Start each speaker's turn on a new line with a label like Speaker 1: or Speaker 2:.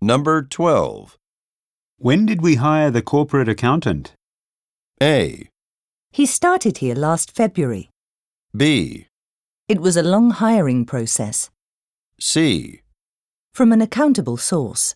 Speaker 1: Number 12.
Speaker 2: When did we hire the corporate accountant?
Speaker 1: A.
Speaker 3: He started here last February.
Speaker 1: B.
Speaker 3: It was a long hiring process
Speaker 1: C.
Speaker 3: from an accountable source.